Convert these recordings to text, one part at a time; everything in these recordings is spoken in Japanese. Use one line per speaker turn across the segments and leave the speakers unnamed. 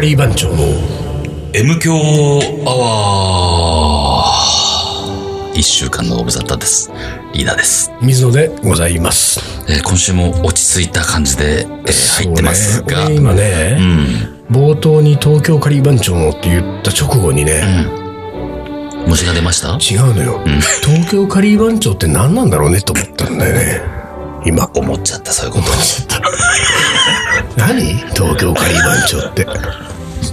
リー番長の
M 強アワー一週間のご無沙汰です。リーダーです。
水野でございます。
えー今週も落ち着いた感じで、えー入ってます
そうね
が、
俺今
う
ね、
ん、
冒頭に東京カリー番長のって言った直後にね、
うん。虫が出ました
違うのよ、東京カリー番長って何なんだろうねと思ったんだよね。今。
思っちゃった、そういうこと。
何 東京カリー番長って。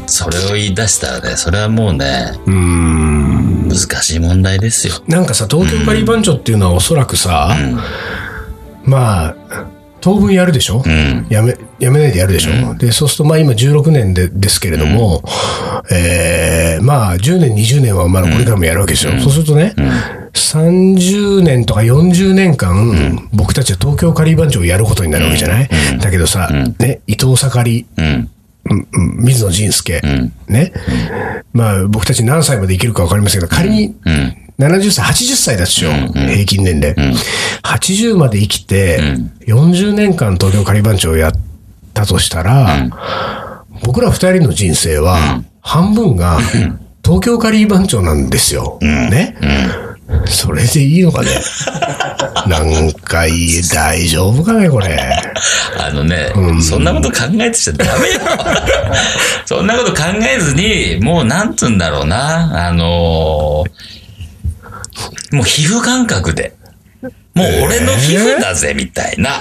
それを言い出したらね、それは もうね、
うーん。
難しい問題ですよ。
なんかさ、東京カリー番長っていうのはおそらくさ、まあ、当分やるでしょ、
うん。
やめ、やめないでやるでしょ、で、そうすると、まあ今16年で、ですけれども、ええまあ10年、20年はまだこれからもやるわけですよ。そうするとね、30年とか40年間、僕たちは東京カリー番長をやることになるわけじゃない、だけどさ、ね、伊藤盛り、
うん。
うんうん水野仁介、ね、まあ僕たち何歳まで生きるかわかりませんけど、仮に、
うん。
70歳、80歳だっしょ、平均年齢。80まで生きて、40年間東京カリバン長をやったとしたら、僕ら二人の人生は、半分が、東京カリー番長なんですよ。ね、それでいいの かねなんかいい、大丈夫かねこれ。
あのね、そんなこと考えてちゃダメよ。 そんなこと考えずに、もうなんつうんだろうな、あのーもう皮膚感覚で、もう俺の皮膚だぜ、みたいな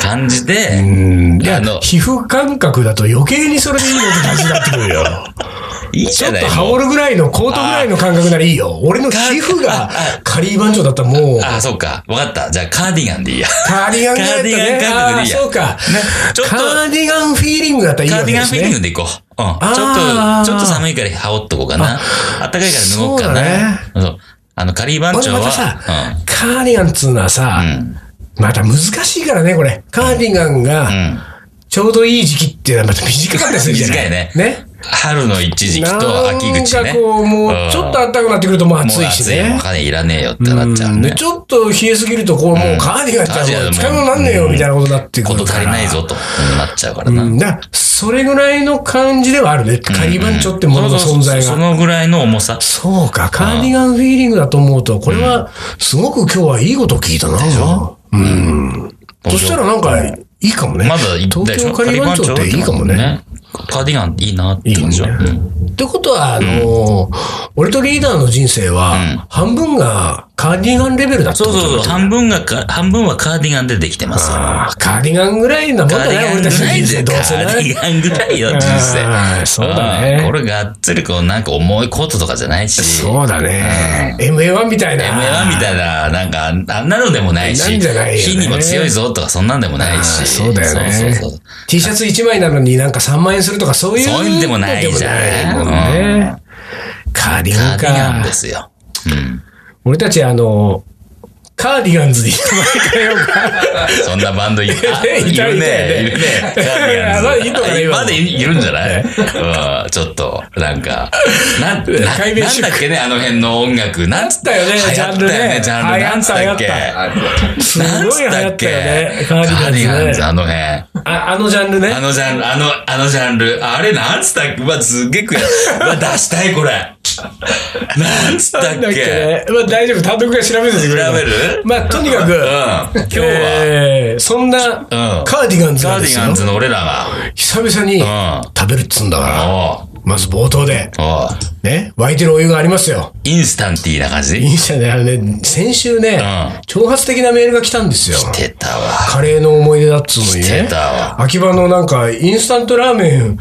感じで、
うん。いや
あの、
皮膚感覚だと余計にそれでいいこと大事になってくる よ。
いいじ
ちょ
ゃ
っ
な
と
い
羽
もう
織るぐらいの、コートぐらいの感覚ならいいよ。俺の皮膚がカリー番長だったらもう、
あそうか。わかった。じゃあカーディガンでいいや。
カーディガンがやった
カーディガ
ね。あ
ン感覚で
あ、
いいや
そうか。
ちょっと
カーディガンフィーリングだったらいい
カー
わ
デ
けで
ィガン
す
フィーリン
ね
グ。でいこう。うん。
ー
ちょっと、ちょっと寒いから羽織っとこうかな。あったかいから脱ごうかな。そう,、あの、カリー番
ほんで
長は、
またさ、カーディガンっつうのはさ
う、ん。
また難しいからね、これ。カーディガン
う
が、
ん。うん。
ちょうどいい時期っていうのはまた短かったりするじゃない
短いね
ね。
春の一時期と秋口
な
ね。
んかこう、もう、ちょっと暖かくなってくるともう暑いし
もう暑いも
ね
う。金いらねえよってなっちゃう
うん
ね
で。ちょっと冷えすぎると、こう、もうカーディガンじゃ
カーディ
も
ガンも
う
う
使い物になんねえよ、みたいなことになってく
こ
る
と
から。
足りないぞとなっちゃうからな。
うん。だから、それぐらいの感じではあるね。カリバンチョってものの存在
そ
が。
のぐらいの重さ。
そうか、カーディガンフィーリングだと思うと、これは、すごく今日はいいこと聞いたな。でしょうん。そしたらなんか、いいかもね。
まだいいでしょ
東京カリバンチョっていいかもね。。
カーディガンっていいなって感じは。
いい
うん
ってことは、あのー、俺とリーダーの人生は、半分がカーディガンレベルだって
そ
こ
う
と
そうそう。半分がか、半分はカーディガンでできてます。
あーカーディガンぐらいなもん
カー
だ
ディ
ね、
ガン
俺
ぐ
たちの
らい
人生。
で、
ど
カ
うせ
ー
な。
ディガンぐらいよ、人
あー
生。
そうだね
うんこれがっつりこう、なんか重いコートとかじゃないし。
そうだね。MA1 みたいな。
MA1 みたいな、なんか、あんなのでもないし、
なんじゃないよね
火にも強いぞとか、そんなんでもない
あー
し。
そうだよね
そうそうそう。
T シャツ1枚なのになんか3万円するとかそういう
そういうんでもないじゃん
のでもないもんね。カーディガン
カーディガンで
か。
すよ。うん。
俺たちあの、カーディガンズに名前変えようか。
そんなバンドいる
い
い
た
る
いた
ね。
い
い
た
るね。カーディガンズ
まだいいのかな今
まだいるんじゃないうん。ちょっと、なんか、な、な
改名
な
し
ん
よう
だっけね、あの辺の音楽。なんつ
たよね
流行ったよね、ジ
ジ
ャ
ャン
ンル。
ルね
なんつったっけ
流行ったすご
なんつ
い流行っ
った っ
たよ
け
ね。カーディガンズね。
あの辺。
ああのジャンルね
あ。のジャンル、あの、あのジャンル。あれ、なんつったっけうわ、すっげえ悔しい。うわ、出したい、これ。 なんつったっ
だっけ
け
ね。まあ大丈夫、単独が調べててく
調
れる
べる
まあとにかく、
うん。今日は、
えーそんなカーディガンズ
カ
な
ー
ん
デ
です
ィ
よ
ガンズの俺ら
久々に
が。うん。
食べるっつうんだから、
おう
まず冒頭で、
おう
ね、沸いてるお湯がありますよ。
インスタンティーな感じ
いいじゃないあのね、先週ね、
ん
挑発的なメールが来たんですよ。
来てたわ。
カレーの思い出だっつうのに
来て
ね
た。わ
秋葉のなんか、インスタントラーメン、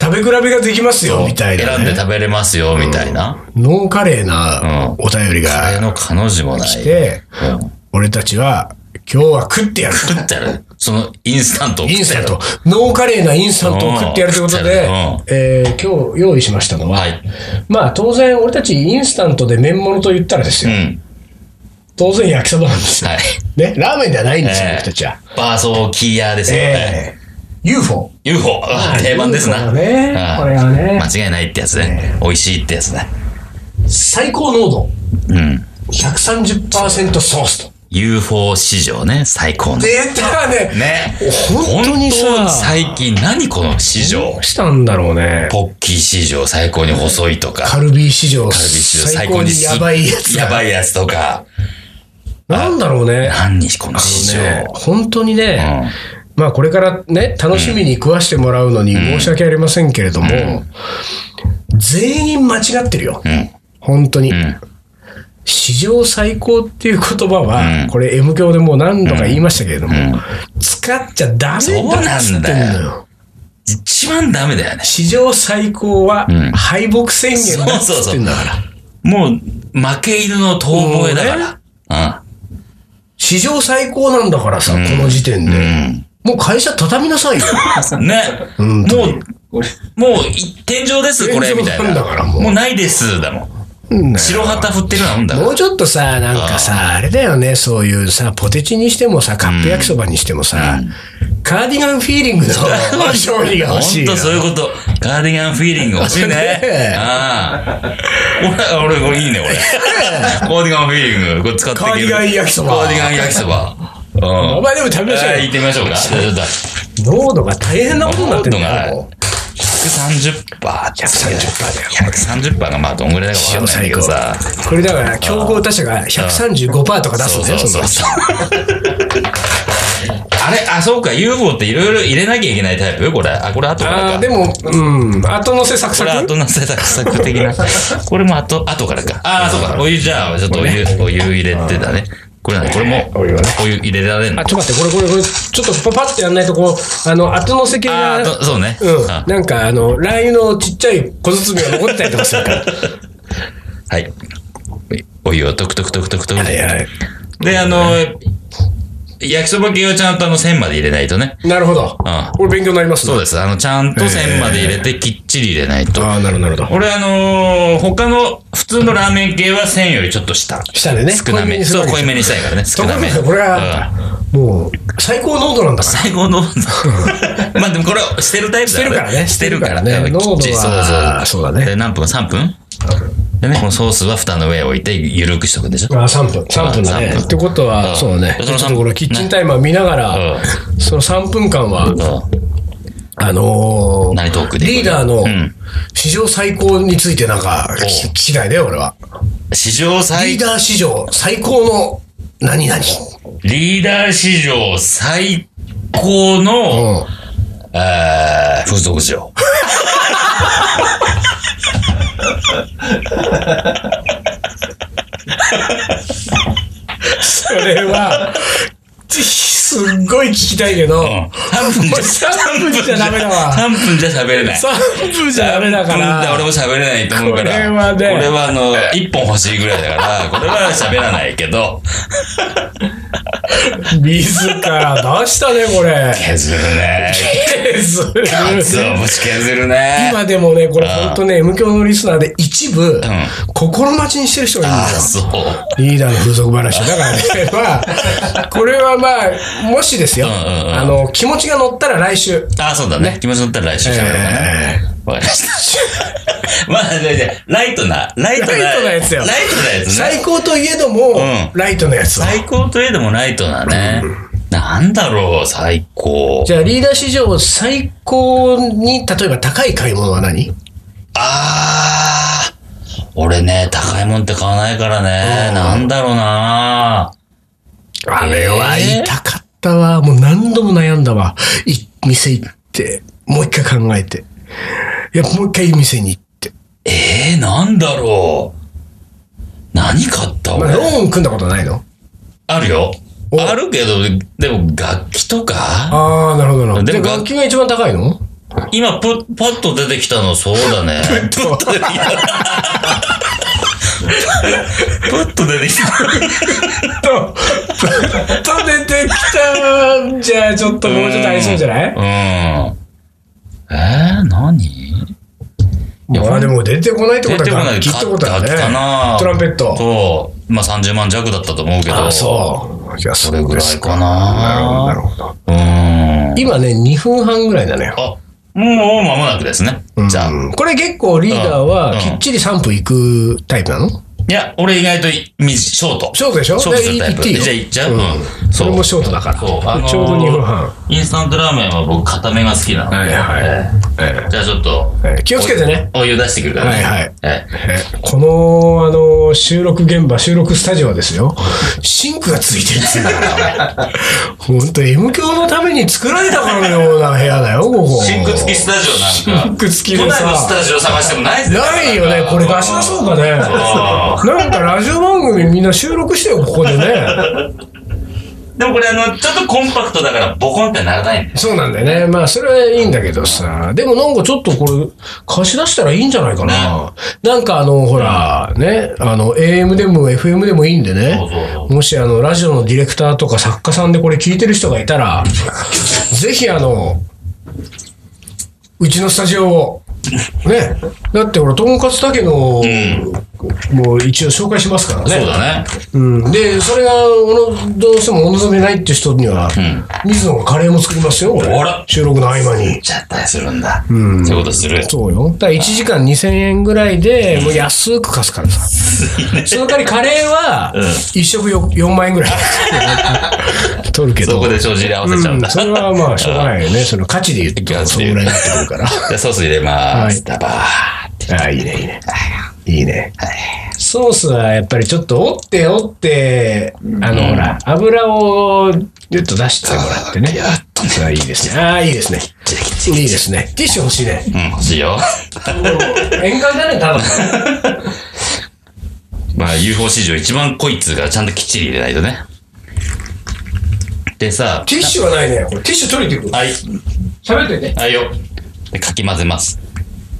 食べ比べができますよ、みたいな、
選ん
ね。
で食べれますよ、みたいな。
ノーカレーな
う
お便り
あれ
が
の彼女もない。
来
食
て、俺たちは、今日は食ってやる。
ったら、そのインスタントを
イ
食
ン
っ
ス
た
タ
ら
ント。ノーカレーなインスタントを食ってやるということで
うん、
えー今日用意しましたのは、
はい
まあ当然俺たちインスタントで麺物と言ったらです
う
よ、
ん。
当然焼きそばなんですよ。
はい。
ね、ラーメンではないんですよ、
ええ
僕たちは。
バーソーキーヤーですよね。
ええ UFO。
UFO! あ定番ですな。
UFO ね
ああ
これはね
間違いないってやつね。美味しいってやつね。
最高濃度
うん。
130%ソースと。
UFO 史上ね、最高の。
出たね
ね。
本当にさ
本当最近何この史
ど
上
う。したんだろうね。
ポッキー史上最高に細いとか。
カルビー史上
カルビー史上
最高にやばいやつ
やば
い。
いやつとか。
なんだろうね。
何この史上。
あのね、本当にね、まあこれからね、楽しみに食わしてもらうのに申し訳ありませんけれども、全員間違ってるよ。
うん。うん。
本当に。
ん
史上最高っていう言葉は、
うん
これ M 教でもう何度か言いましたけれども、
ん
使っちゃダメ
そう
だ
な
っつって
ん
んの
だ
よ。
よ。一番ダメだよね。
史上最高は
ん
敗北宣言だっ
そうそう
つ
そう
ってんだから。
もう、負け犬の遠吠えだから。
史上最高なんだからさ、この時点で。もう会社畳みなさいよ。
うん。ね。
ん
もう、もう、天井です、 これ、
天井
みたい
なんだから
な。
もう
もうないです、だもん。白旗振ってるなんだか
も
ら。
うちょっとさ、なんかさ、あれだよね、そういうさ、ポテチにしてもさ、カップ焼きそばにしてもさ、カーディガンフィーリン グの商品が
ほ
欲しい
ん
よ
と。そういうこと。カーディガンフィーリング欲しい
ねえ
ね。ああ。俺、俺、これいいね、俺。カーディガンフィーリング、これ使っていけ
カ
る
ーディガン焼きそば
カーディガン焼きそば。うん。
お前でも食べましょう
あ
よ
ー行ってみましょうか。じゃあちょっと、
濃度が大変なことになってんだ
濃
よ。
130%パーって。
130%だよ。
130%がまあどんぐらいだか
史上
わかんな
最
いけど
高
さ。。
これだから、競合他社が135%とか出す
そ
んだ
うそ
よ、そ
うそ
の
う。あれあ、そうか、UFO っていろいろ入れなきゃいけないタイプこれ。あ、これ後から
ああ、
か。
でも、うん、後乗せサク
こ
サ
れ
ク。
後のせサクサク 的な。これも後、後からか。ああ、そうか。お湯じゃあ、ちょっとお湯、お湯入れてだね。これね、これも、
お湯はね
お湯入れられんの
あ、ちょっと待って、これ、これ、これ、ちょっとパパってやんないと、こう、あの、後乗せ系
あ
が
あ、、とそうね。
うん
あ、
なんか、あの、ラー油のちっちゃい小包が残ってたりとかするから。
はい。お湯をトクトクトクトクトク。
はい。
で、あの、焼きそば系をちゃんとあの線まで入れないとね。
なるほど。
あ
これ勉強になりますね
そうです。あの、ちゃんと線まで入れて、きっちり入れないと。
ああ、なるほど、なるほど。
俺、あのー他の普通のラーメン系は1000よりちょっと下。
下でね
少
濃
なめ。
いめにする
そ
わ
う、
け
濃いめにしたいからね。
と
少
こ
な
ろ
め。
が、これ
うん
は、もう、最高濃度なんだから。
最高の。まあでもこれは捨てるタイプだ
捨てるからね
捨てるからね。
捨てるからね
きっちり
濃度はそうだね
で何分 ?3 分でね、このソースは蓋の上へ置いて緩くしとくんでしょ。
ああ、3分。3分だね
三。分
ってこと
う
は、
ん
そうだね。
そ
ち
の
ょ
三
っとこれ、キッチンタイマー見ながら、その3分間は、
うん
あの
何トークで
リーダーの
うん
史上最高についてなんか聞きたいね、俺は。
史上
リ
最
ー、ダー史上最高の何々。
リーダー史上最高
うん。
の、えー風俗嬢。
それは、 すっごい聞きたいけど、
うん3分じゃ、
3分じゃダメだわ
3分じゃ喋れない。
3分じゃダメだか
3分じゃ
ら、
俺も喋れないと思うから。
これはね
これはあの、1本欲しいぐらいだから、これは喋らないけど。
自ら出したね、これ。
削るね。
削る
そう、ぶち削るね。
今でもね、これ本当ね、M 教のリスナーで一部、
ん
心待ちにしてる人がいるん
あ
だよ。
そう。
リーダーの風俗話。だからね、まあ、これはまあ、もしですよ、
うんうんうん
あの、気持ちが乗ったら来週。
あそうだね。気持ち乗ったら来週喋ろうかな。
え
わかりました。まあ、じゃあじゃあライトな、ライトな。
ライトなやつよ
ライトなやつね。
最高といえども、
ん
ライトのやつを。
最高といえどもライトなね。なんだろう、最高。
じゃあ、リーダー史上最高に、例えば高い買い物は何
あー。俺ね、高いもんって買わないからね。なんだろうな
あれは
えー
痛かったわ。もう何度も悩んだわ。い店行って、もう一回考えて。いや、もう一回店に行って。
えー、なんだろう。何買った
まあ、
俺。
ローン組んだことないの
あるよ。
お
あるけど、でも楽器とか
ああ、なるほどな。
で
で、
も
楽器が一番高いの
今ポ、パッと出てきたのそうだ ね。
と
パッと出てきた。パッと出てきた。
と、と出てきたじゃあ、ちょっともうちょっとありそうじゃない
うん。えー、何いや
まあでも出てこないって
出
こと
てこ
は
ない。
楽器
買
って
っ
こと
た
だね。
かな
トランペット。
そう。まあ30万弱だったと思うけど。
ああ、そう。じゃあ、
そ
そ
れ
れ
ぐ
ぐ
ら
ら
い
い
か
か
な
な。なるほど、なるほど。
う。うん。あ、
今ね、2分半ぐらいだね。
もう間もなくですね。じゃあ。
これ結構リーダー
うん
はきっちり3分行くタイプなの
いや、俺意外といみじショート。
ショートでしょ
ショートするタイプ。
でいいっていいよ
じゃあ、いっちゃう、
う
うんん、
それもショートだから
そうあのー
ちょうど二分半
インスタントラーメンは僕、固めが好きなので。
はいはい
ええじゃあ、ちょっと、
えー気をつけてね。
お湯出してくるから、ね。
はいはい
ええ
えーこの、あの、収録現場、収録スタジオはですよ、シンクがついてるん ですよ。ほんと、M 教のために作られたかのような部屋だよ、ここ。
シンク付きスタジオなんか。
シンク付き
都
で
内のス
さ。
タジオ探してもないですね。
ないよね、これ出しましょうかね。なんかラジオ番組みんな収録してよ、ここでね。
でもこれあの、ちょっとコンパクトだからボコンってならないん で。
そうなんだよね。まあ、それはいいんだけどさ。でもなんかちょっとこれ、貸し出したらいいんじゃないかな。なんかあの、ほら、ね、あの、AM でも FM でもいいんでね。
そうそうそう
もしあの、ラジオのディレクターとか作家さんでこれ聞いてる人がいた ら、ぜひあの、うちのスタジオを、ね。だって俺、とんかつたけの、もう一応紹介しますからね。
そうだね。
うん、で、それが、おのどうしてもお望みないって人には、水野がカレーも作りますよ、俺
あら
収録の合間に。
じゃあ、対するんだ。うん。そういうことする。
そうよ。だから1時間2000円ぐらいで、もう安く貸すからさ。 その代わりカレーは、1食よ4万円ぐらい。取るけ
そ
ど。
こで帳尻合わせちゃ
う
う
んん、
だ。
それはまあ、しょうがないよ ね。その価値で言ってく
価
と、
値
そ
で
のぐら
言う
いになってくるから。
じゃあソース入れまー
はい
す。ダバーって。
ああ、いいね、いいね。いいね。ソースはやっぱりちょっと折って折って、あの、ほら、油をギュッと出してもらってね。
やっとね
ああ、いいですね。ああ、いいですね。いいですね。ティッシュ欲しいね。
うん、欲しい よ。
円環じゃねえ、多分。
まあ、UFO 史上一番濃いっつうから、ちゃんときっちり入れないとね。でさ、
ティッシュはないね。これティッシュ取りに行ってくる。
はい、
喋ってね。
はいよ。で、かき混ぜます。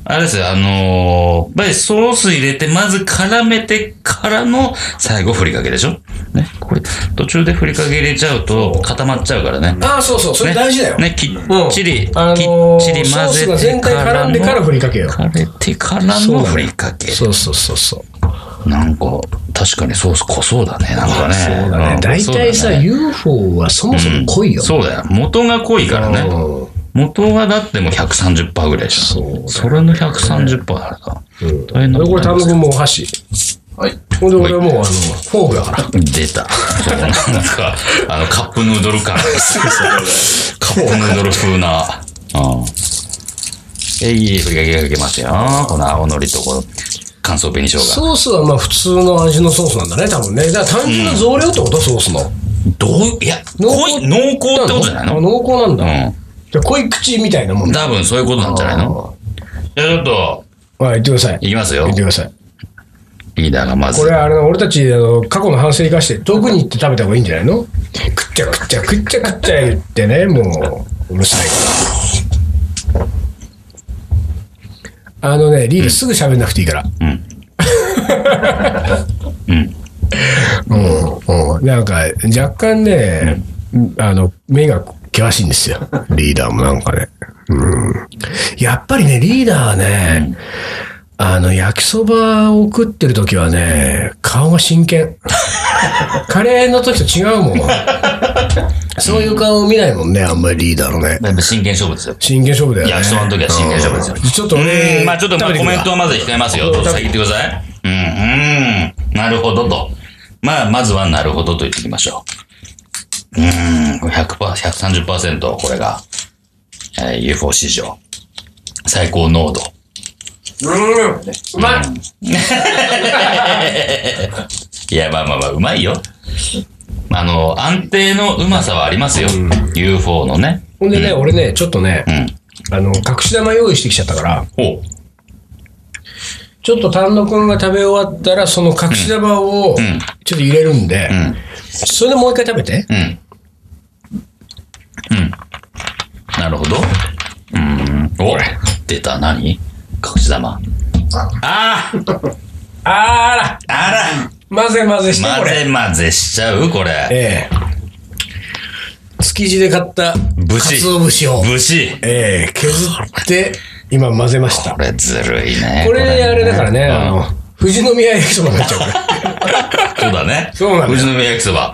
あれですよ、あのー、やっぱりソース入れて、まず絡めてからの最後ふりかけでしょね、これ、途中でふりかけ入れちゃうと固まっちゃうからね。
ああ、そうそう、それ
ね
大事だよ。
ね、きっ
うん
ちり、
あの
きっ
ー
ちり混
ソース
ぜ
が
て
全体
から
絡
の、
んでからふりかけよ。
かれてから
そうだ
の
ね
ふりかけ。
そうそうそうそう。
なんか、確かにソース濃そうだね、なんかね。
そうだね。
ん
大体
そう
さ、
だね
UFO はそもそも濃いよ。
そうだよ。元が濃いからね。
うん
元がだってもう130%ぐらいじゃん。
そうだよね
それの130%だか
うん
大変な
で
こ
これ、
とにな
田
り
野
ます
君もお箸。
はい。
ほんで、俺はもう、あの、フォークだから。
ら。出た。そう、なんか、 あの、カップヌードル感。カップヌードル 風な。うん。えい、ふりかけかけますよ。この青のりとこの乾燥紅生姜。
ソースはまあ普通の味のソースなんだね、多分ね。だから単純な増量ってこと、ソースの。
どういう、いや、
濃
濃
厚
い、濃厚ってことじゃない
あ
の
濃厚なんだ。
う
じゃあ濃い口みたいなもん
ん。
だ。
多分そういうことなんじゃないのじゃあちょっと、
はい、言ってください。
いきますよ
言っ。てください。
リーダーがまず。
これはあの、俺たち、あの、過去の反省生かして、遠くに行って食べた方がいいんじゃないのくっちゃくっちゃくっちゃくっちゃ言ってね、もう、うるさいから。あのね、リーダーすぐ喋んなくていいから。うん、うん、なんか、若干ね、あの、目が険しいんですよ。リーダーもなんかね。うん。やっぱりね、リーダーはね、あの、焼きそばを食ってる時はね、顔が真 剣。カレーの時と違うもん。そういう顔を見ないもんね、あんまりリーダーのね。
やっぱ真剣勝負ですよ。
真剣勝負だよね。
焼きそばの時は真剣勝負ですよ
うんちょっと
う
ね、
んまあちょっとまあ
食べてく
コ
る
メン
わ
トはまず控えますよ。どうぞ先言ってください。うん、うん。なるほどと。まあ、まずはなるほどと言っていきましょう。うん、100%、130%、これが、えー UFO 市場。最高濃度。
うん、うまい
いや、まあまあまあ、うまいよ。あの、安定のうまさはありますよ。UFO のね。
ほんでね、俺ね、ちょっとね、あの、隠し玉用意してきちゃったから、
ほう。
ちょっと丹野くんが食べ終わったら、その隠し玉を
ん
ちょっと入れるんで、
ん
それでもう一回食べて。
うん。うん。なるほど。うーん。お出た、何隠し玉。あー
あら
あ
混ぜ混ぜして、
ら
こ
混
れ。
ぜ混ぜしちゃうこれ。
ええ築地で買った、
節
かつお節を、
武士。
ええ削って、今混ぜました。
これずるいね。
これ、あれだからね、
うん
あの、富士宮焼きそばになっちゃうから。
そうだね。
そうなのよ
富士宮焼きそば。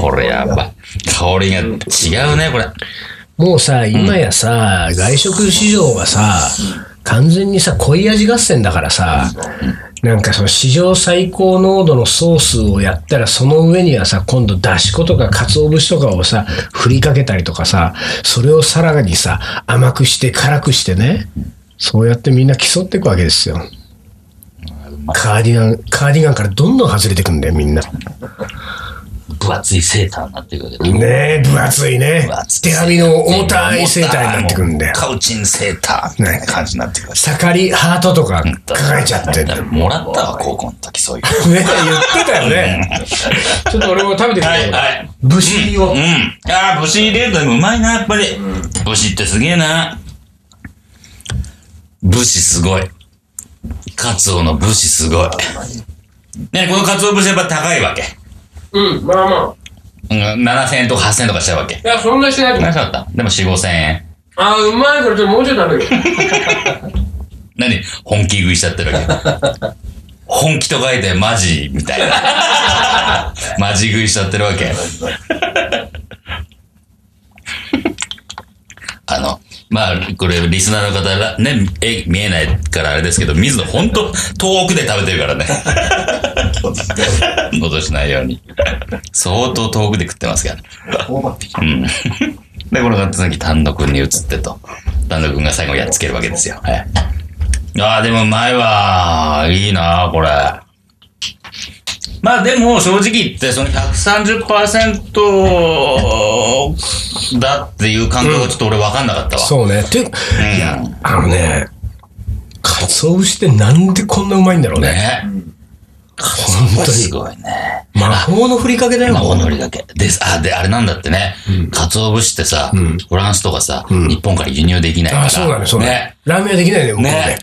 これやばい。香りが違うね、これ。
もうさ、今やさ、外食市場はさ、完全にさ、濃い味合戦だからさ、なんかその史上最高濃度のソースをやったら、その上にはさ、今度だし粉とか鰹節とかをさ、振りかけたりとかさ、それをさらにさ、甘くして辛くしてね、そうやってみんな競っていくわけですよ。カーディガン、カーディガンからどんどん外れてくんだよ、みんな。
分厚いセーターになってくるけど。
ねえ、分厚いね
分厚。い
手
セーター
紙の重たいセーターになってくんだよ。
カウチンセーターみたいな感じになってくる。
盛り、ハートとか書かれちゃってんだよ。ね
もらったわ、高校の時、そういう。
言ってたよね。ちょっと俺も食べてみて。
はい、はい。
ぶし入りを
うん。ああ、武士入れるのでもうまいな、やっぱり。武士ってすげえな。武士すごい。カツオの武士すごい。ね、このカツオ節やっぱ高いわけ。
うん、まあま
うん、7000円とか8000円とかしちゃうわけ。
あ。いや、そんなしてない
なかった。でも4、5000円。
ああ、うまいからちょっともうちょっと食べる。
何本気食いしちゃってるわけ。本気と書いてマジみたいな。マジ食いしちゃってるわけ。あの、まあ、これ、リスナーの方ら、ね、え、見えないからあれですけど、水野ほんと遠くで食べてるからね。戻しないように。相当遠くで食ってますから。うん。で、これがさっき丹野くんに移ってと。丹野くんが最後やっつけるわけですよ。はい。ああ、でもうまいわ。いいな、これ。まあでも、正直言って、その130%だっていう感覚はちょっと俺分かんなかったわ。
そうね。て、
うん。
あのね、鰹節ってなんでこんなうまいんだろうね。
ね。
本当
す
に。
ごいね。
魔法のふりかけだよ、
まあ、
も
お
う
のりだけ。で、あ、で、あれなんだってね。鰹節ってさ、フランスとかさ、日本から輸入できないから。
あ、そうだね、そうだね。ラーメンはできないね、もう
ね
ね。。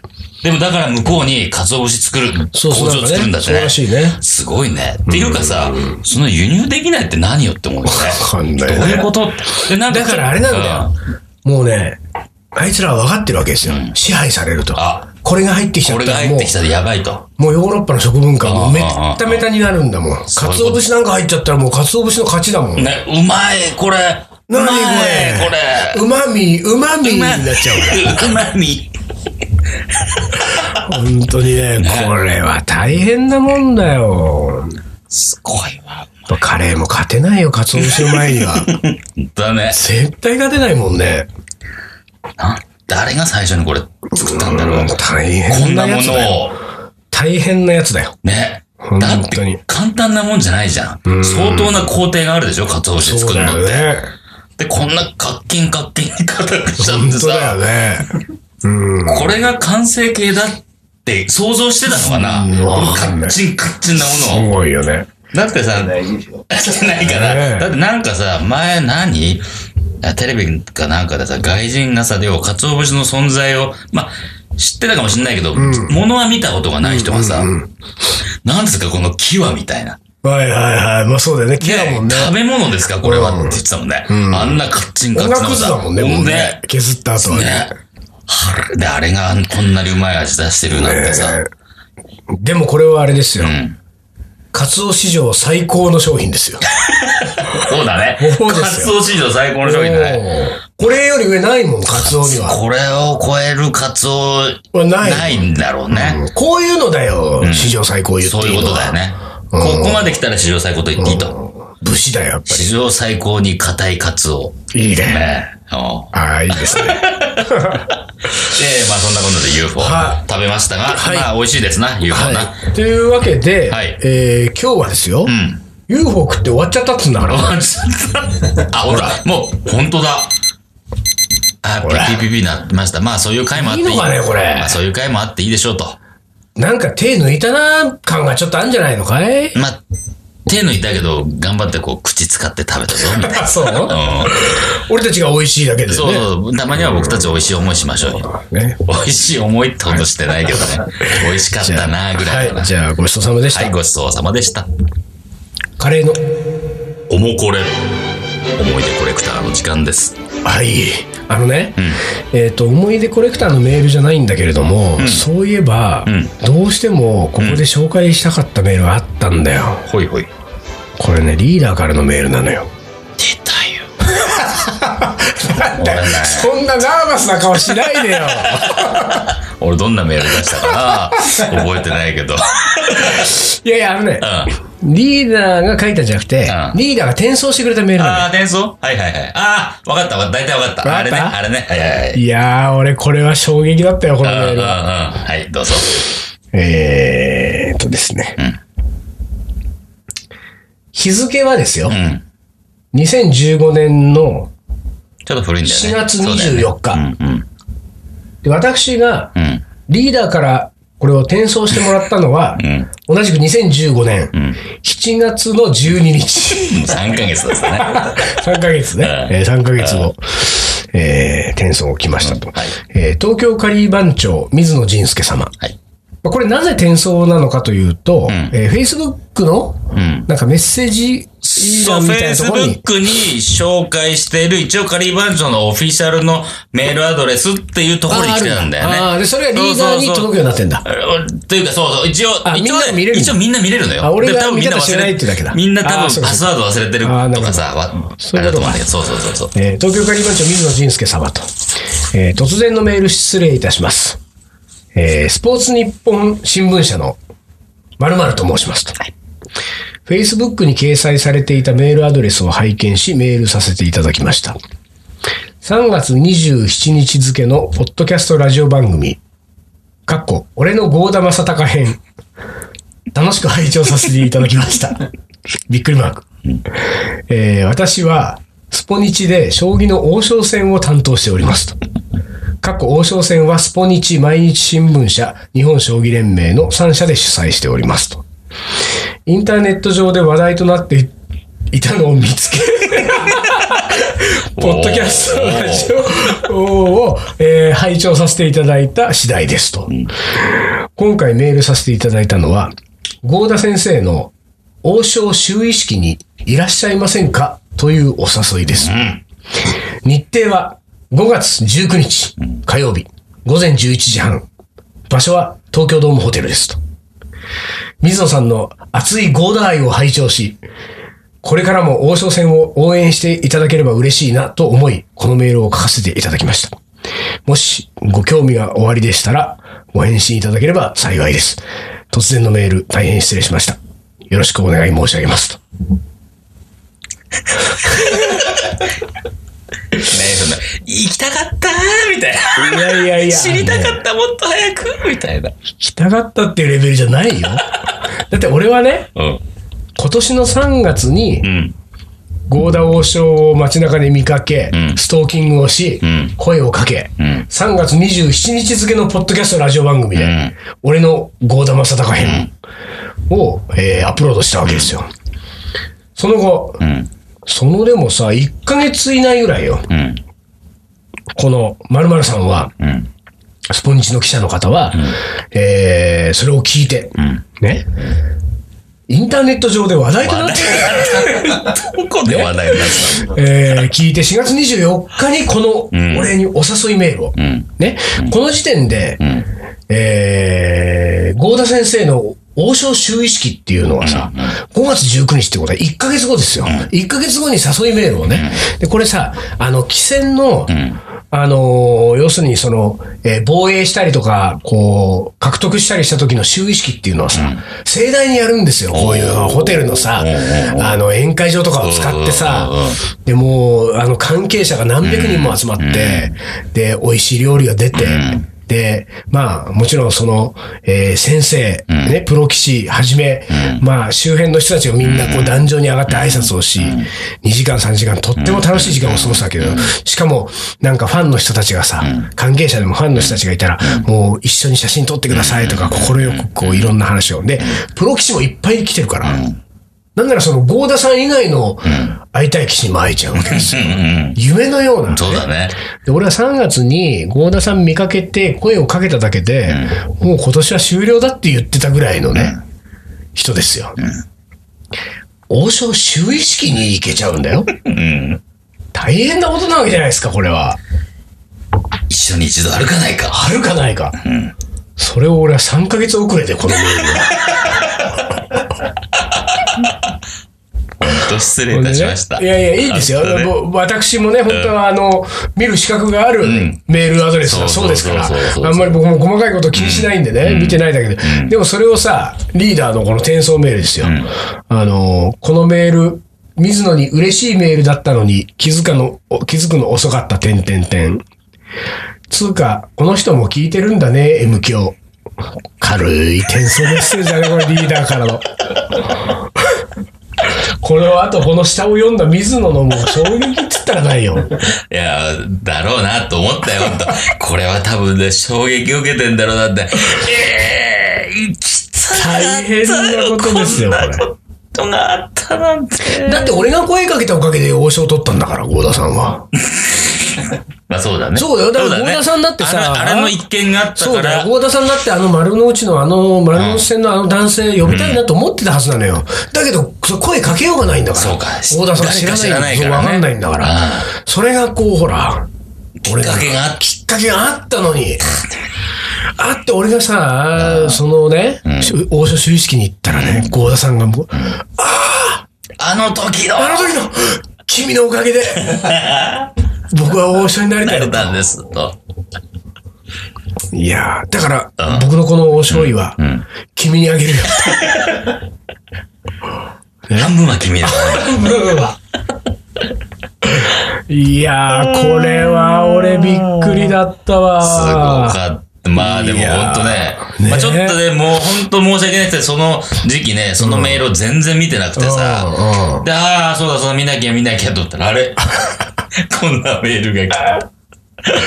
でもだから向こうに鰹節作る、工
そうそう
場作るんだって
そう
ね
ら。しいね。
すごいね。っていうかさ、その輸入できないって何よって思うよ
わかん
ね。
ないね
どういうことって。でなん
だからあれなんだよ。。もうね、あいつらは分かってるわけですよ。支配されると
あ。
これが入ってきちゃっ
俺
た
が
ら
入
も
っ
う
て、きたらやばいと。
もうヨーロッパの食文化もうめ
ああああ
っためたになるんだもん。
そういう
鰹
こと
節なんか入っちゃったらもう鰹節の勝ちだもん。
ね、うまい、これ。うま
何
い
こ、れ
これ。
うまみ、うまみに
ま
ないっちゃうか
うまみ。
ら。本当にね、これは大変なもんだよ。
すごいわ。
カレーも勝てないよ、鰹節の前には。
だね。
絶対勝てないもんね。
な誰が最初にこれ作ったんだろう。
大
こん
変
な
なや
も
つ
の
だよ。
を。
大変なやつだよ。
ね。
本当
だ
に
って、簡単なもんじゃないじゃん。相当な工程があるでしょ、鰹節
そ
作
う
る
だ
の
よ
って。
ね。
で、こんなカッキンカッキンに硬くしちゃっ
本
て
当だ
さ、
よね。うん。
これが完成形だって想像してたのかな、
うん
この
わ
カ
かんない
ッチンカッチンな
す
ものを。
ごいよね。
だってさ、
大事でしょ。
して ないか
ね
ら、
え
だってなんかさ、前何あテレビかなんかでさ、外人がさ、でも、鰹節の存在を、まあ、知ってたかもしれないけど、物は見たことがない人がさ、なんですか、この木はみたいな。
はいはいはい。まあそうだよね。木だもんね
ね。食べ物ですか、これは、って言ってたもんね。あんなカッチンカ
音
ッチン
楽
の
図
さ。
だもんね、もうね。削った後はね
ね。。はで、あれがこんなにうまい味出してるなんてさ。
でもこれはあれですよ
ん。
カツオ史上最高の商品ですよ。
そうだね。
そうで
カ
すよ
ツオ史上最高の商品だね。
これより上ないもん、カツオには。
これを超えるカツオ、
はない
ないんだろうね。
こういうのだよ、史上最高言って
そうい
いうい
こ
の
とだよ
は。
ね。ここまで来たら史上最高と言っていいと。
武士だよ、やっぱ
史上最高に硬いカツオ。
り。いいね。
ね。うん
ああ、いいですね。
で、まあそんなことで UFO
は
食べましたが、
はい
まあ美味しいですな、UFO な。
はい。というわけで
はい、
えー今日はですよ、UFO 食って終わっちゃったっつうんだから。
あ、ほら、もう、本当だ。あ、ピピピピなってました。まあ、そういう回もあっていい。
いいのかねこれ
まあ、そういう回もあっていいでしょうと。
なんか手抜いたな感がちょっとあるんじゃないのかい
まあ、手抜いたけど、頑張ってこう、口使って食べたぞ、みたいな。
そう
うん
俺たちが美味しいだけでね。
そうそう、たまには僕たち美味しい思いしましょうよ。
ね。
美味しい思いってことしてないけどね。美味しかったな、ぐらいか
は。。
ない
じゃあ、ごちそうさまでした。
はい、ごちそうさまでした。
カレーの。
おもこれ。思い出コレクターの時間です。
はい。あのね、えっ、と、思い出コレクターのメールじゃないんだけれども、そういえば、
ん
どうしてもここで紹介したかったメールがあったんだよ。
ほいほい。出
これね、リーダーからのメールなのよ。
たよ。
そんなナーバスな顔しないでよ。
俺どんなメール出したかな覚えてないけど。
いやいや、あのね、リーダーが書いたんじゃなくて、
うん
リーダーが転送してくれたメールな
ああ、転送はいはいはい。ああ、わかったわかった。大体わかった。
わか
あ
っ
れね、
た
あれね。はいはいは
の
い。
いやー、俺これは衝撃だったよ、この
うん
メ
うんう
ー
ん。
ルは。
はい、どうぞ。
えーっとですね。日付はですよ
う、ん。
2015年の、
ちょっと古いんだよね。
4月
そうだよね
24日
うんうん。
で私が
うん。
リーダーからこれを転送してもらったのは、
うん。
同じく2015年、7月の12日。
もう3ヶ月ですね。は
3ヶ月ね。
うん
えー、3ヶ月後、えー、転送を来ましたと。
うんはい
えー東京カリー番長、水野仁介様。
い。
まあこれなぜ転送なのかというと、えー、Facebook の
ん
なんかメッセージみ
そう、
たいなところに、
Facebook に紹介している、一応カリーバンジョンのオフィシャルのメールアドレスっていうところに来てたんだよね。
あーあーでそれがリーダーに届くようになってんだ
というか、そうそう、一応、
あ
一応
みんな見れるの
一応みんな見れるのよ。
あ俺が
で多分みん
見
な
方知
忘
らない
れ
ってだけだ
みんな
あ
多
ーそう
分
か
パスワード忘れてる
あーなる
と
ほど
かさ、わあ
そう
れ
いうことと
だ思
か
うんだけど、そうそうそう そう。
えー東京カリー番長水野仁介様と、えー突然のメール失礼いたします。えースポーツ日本新聞社の〇〇と申しますと。Facebook に掲載されていたメールアドレスを拝見し、メールさせていただきました。3月27日付のポッドキャストラジオ番組、かっこ、俺の郷田正隆編、楽しく拝聴させていただきました。びっくりマーク。えー私は、スポニチで将棋の王将戦を担当しておりますと。過去王将戦はスポニチ毎日新聞社、日本将棋連盟の3社で主催しておりますと。インターネット上で話題となっていたのを見つけ、ポッドキャストのラジオを、えー拝聴させていただいた次第ですと。今回メールさせていただいたのは、郷田先生の王将就位式にいらっしゃいませんかというお誘いです。日程は5月19日火曜日午前11時半。場所は東京ドームホテルですと。水野さんの熱いゴーダ愛を拝聴し、これからも王将戦を応援していただければ嬉しいなと思い、このメールを書かせていただきました。もしご興味がおありでしたら、ご返信いただければ幸いです。突然のメール、大変失礼しました。よろしくお願い申し上げますと。
ねその行きたかったーみたい
いやいやい
な。
や
知りたかった、もっと早くみたいな。
聞きたかったっていうレベルじゃないよ。だって俺はね、
うん。
今年の3月に
う、ん。
ゴーダ王将を街中で見かけ、
うん
ストーキングをし、
うん
声をかけ、
うん。
3月27日付のポッドキャストラジオ番組で、
うん
俺のゴーダ正隆編を、えーアップロードしたわけですよ。その後、
うん。
そのでもさ、1ヶ月以内ぐらいよ、
うん。
この〇〇さんは、
うん。
スポニチの記者の方は、えーそれを聞いて、
ん
ね、インターネット上で話題となって
どこで話題になったの
えー聞いて4月24日にこ
うん
のお礼にお誘いメールを。
うん。
ね、この時点で、
ん
えー、郷田先生の王将就位式っていうのはさ、5月19日ってことは1ヶ月後ですよ。1ヶ月後に誘いメールをね。で、これさ、あの、汽船の、
ん
あのー要するにその、えー防衛したりとか、こう、獲得したりした時の就位式っていうのはさ、盛大にやるんですよ。こういうホテルのさ、あの、宴会場とかを使ってさ
うんうんうん、
で、もう、あの、関係者が何百人も集まって、で、美味しい料理が出て、で、まあ、もちろんその、えー先生、ね、プロ棋士はじめ、まあ、周辺の人たちがみんなこう、壇上に上がって挨拶をし、2時間、3時間、とっても楽しい時間を過ごすわけだよ。しかも、なんかファンの人たちがさ、関係者でもファンの人たちがいたら、もう一緒に写真撮ってくださいとか、心よくこう、いろんな話を。で、プロ棋士もいっぱい来てるから、なんならその、ゴーダさん以外の会いたい棋士にも会えちゃうわけですよ。夢のような。
そうだね。
で、俺は3月に合田さん見かけて声をかけただけで、もう今年は終了だって言ってたぐらいのね、人ですよ。王将就位式に行けちゃうんだよ。
うん。
大変なことなわけじゃないですか、これは。
一緒に一度歩かないか。
あるかないか。それを俺は3ヶ月遅れで、このメールを
と失礼いたしました。
いやいや、いいですよ。
あの
ぼ私もね、本当はあの、見る資格がある
ん
メールアドレスだそ
そ
う
そう
うですから
そうそうそう、
あんまり僕も細かいこと気にしないんでね、見てないだけで。でもそれをさ、リーダーのこの転送メールですよ。あの、このメール、水野に嬉しいメールだったのに気づかの、お気づくの遅かった、点点点。つうか、この人も聞いてるんだね、M 響。軽い転送メッセージだね、これリーダーからの。これはあとこの下を読んだ水野のもう衝撃っつったらないよ。
いや、だろうなと思ったよ、ほんと。これは多分ね、衝撃を受けてんだろうなって。ええー、きつかったよ
大変なことですよこ
こ
れ
んなことがあったなんて。
だって俺が声かけたおかげで王将取ったんだから、合田さんは。
まあそうだね。
そうだよだから
ね
郷田さんだってさ
あれあれの一件があった
そう
か
だ
ら
よ。、合田さんだってあの丸の内のあの丸の内線のあの男性呼びたいなと思ってたはずなのよ。だけど、そ声かけようがないんだから。
そうか
合田さん知ら
誰か
ない
知
そ
らないからね
うわかんないんだから
あ。
それがこう、ほら。
きっかけがあっ
きっかけがあったのに。あって、俺がさ、そのね、王将就位式に行ったらね、合田さんがもう、
あの時の、
あの時の、君のおかげ で、僕は王将になりた
ないれたんです、と。
いやーだから、僕のこの王将位は、君にあ げるよ。
半分は君だ。
いやー、これは俺びっくりだったわ。
すごかった。まあでも
いやー
本当ね
ね。
まあちょっとね、もう本当申し訳ないですけどその時期ね、そのメールを全然見てなくて
うんう
さ。で、ああ、そうだ、そうだ、見なきゃ見なきゃと思ったら、あれ こんなメールが来た。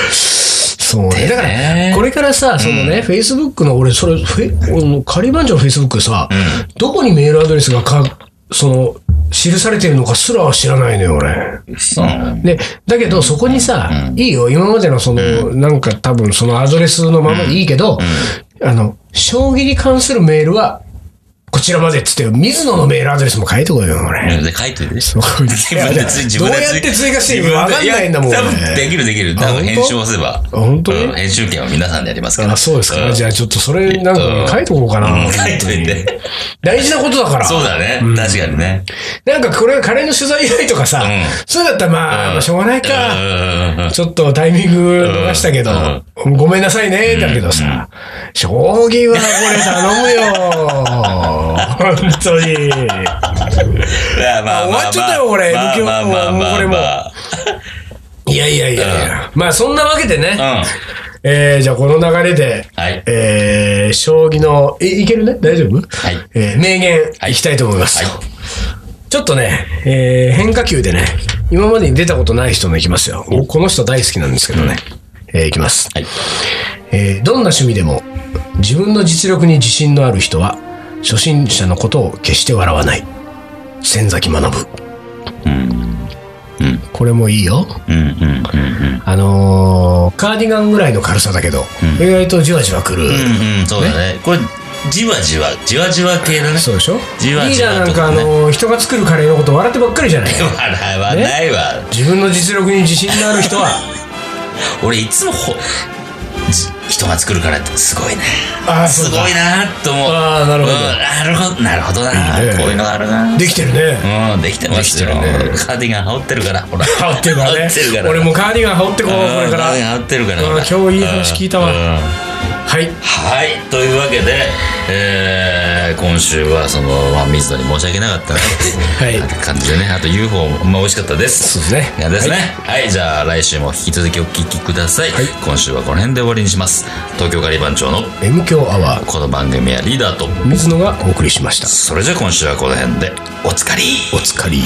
そうね。だか
ね
ら、これからさ、そのね、Facebook の、俺、それ、フェあのカリバンジョの Facebook でさ、どこにメールアドレスがか、その、記されてるのかすらは知らないのよ、俺。
うん
で、だけど、そこにさ、いいよ、今までのその、なんか多分そのアドレスのままでいいけど、あの、将棋に関するメールは、こちらまでっつって、水野のメールアドレスも書いてこいよ、俺。
で書いといて。
どうや
分でつ自分でつ
って追加していいか分かんないんだもん。
や多分で
俺
きるできる。多
あ本
分
当
編集をすれ
あ
ば。
本当
うん編集権は皆さんでやりますから。
あ、そうですか。
ん
じゃあちょっとそれ、なんか書いとこうかな。
うん書いといて。
大事なことだから。
そうだね。確かにね。
なんかこれがカレーの取材依頼とかさ、
ん
そうだったらまあ、まあしょうがないか。
うんうんうん
ちょっとタイミング逃したけど、ごめんなさいね、だけどさ、将棋はこれ頼む よ。本当に。
まあまあまあまあ
終わっちゃったよこれ
まあまあまあまあまあ
これもいやいやいやいや。まあそんなわけでね、
う
えーじゃあこの流れで、
ん。はい。
えー将棋の、いいけるね大丈夫
はい
えー名言いきたいと思います。
は
ちょっとね、えー変化球でね、今までに出たことない人のいきますよ。僕この人大好きなんですけどね。えーいきます。
はい。
えーどんな趣味でも自分の実力に自信のある人は初心者のことを決して笑わない千崎学ぶ、これもいいよ
うんうんうんうん。
あのーカーディガンぐらいの軽さだけど、意外とじわじわくる、
うんうん、そうだね。これ、じわじわ、じわじわ系だね。
そうでしょ
じわ
リー
じわ
ダーなんか、あ
とね
のー人が作るカレーのこと笑ってばっかりじゃない
笑わないわ。
自分の実力に自信のある人 は
俺、いつもほ、じ人が作るからってすごいね。
ああ
す
そう
ご
だ
いなと思う。
あーなるほど
うんなるほど。なるほどな。
いいね
こういうのがあるな。
できてるね、
うん、できてますよ。
できてるね
カーディガン羽織ってるから、ほら。
羽織ってるからね
羽織ってるから
俺もカーディガン羽織ってこうこれか
カ
ら
ーディガン羽織ってるから。
うん
ほら
今日いい話聞いたわ
うん
はい
はい。というわけで、えー、今週は、その、まあ、水野に申し訳なかったな、っていう
はい
感じでね。あと UFO も、まあ、美味しかったで
そ
す。
うですね
いやですね。はい、じゃあ、来週も引き続きお聞きください。
はい
今週はこの辺で終わりにします。東京ガリバン長の、
M 強アワー
この番組はリーダーと、
水野がお送りしました
それじゃあ今週はこの辺で、おつかり
お疲れ。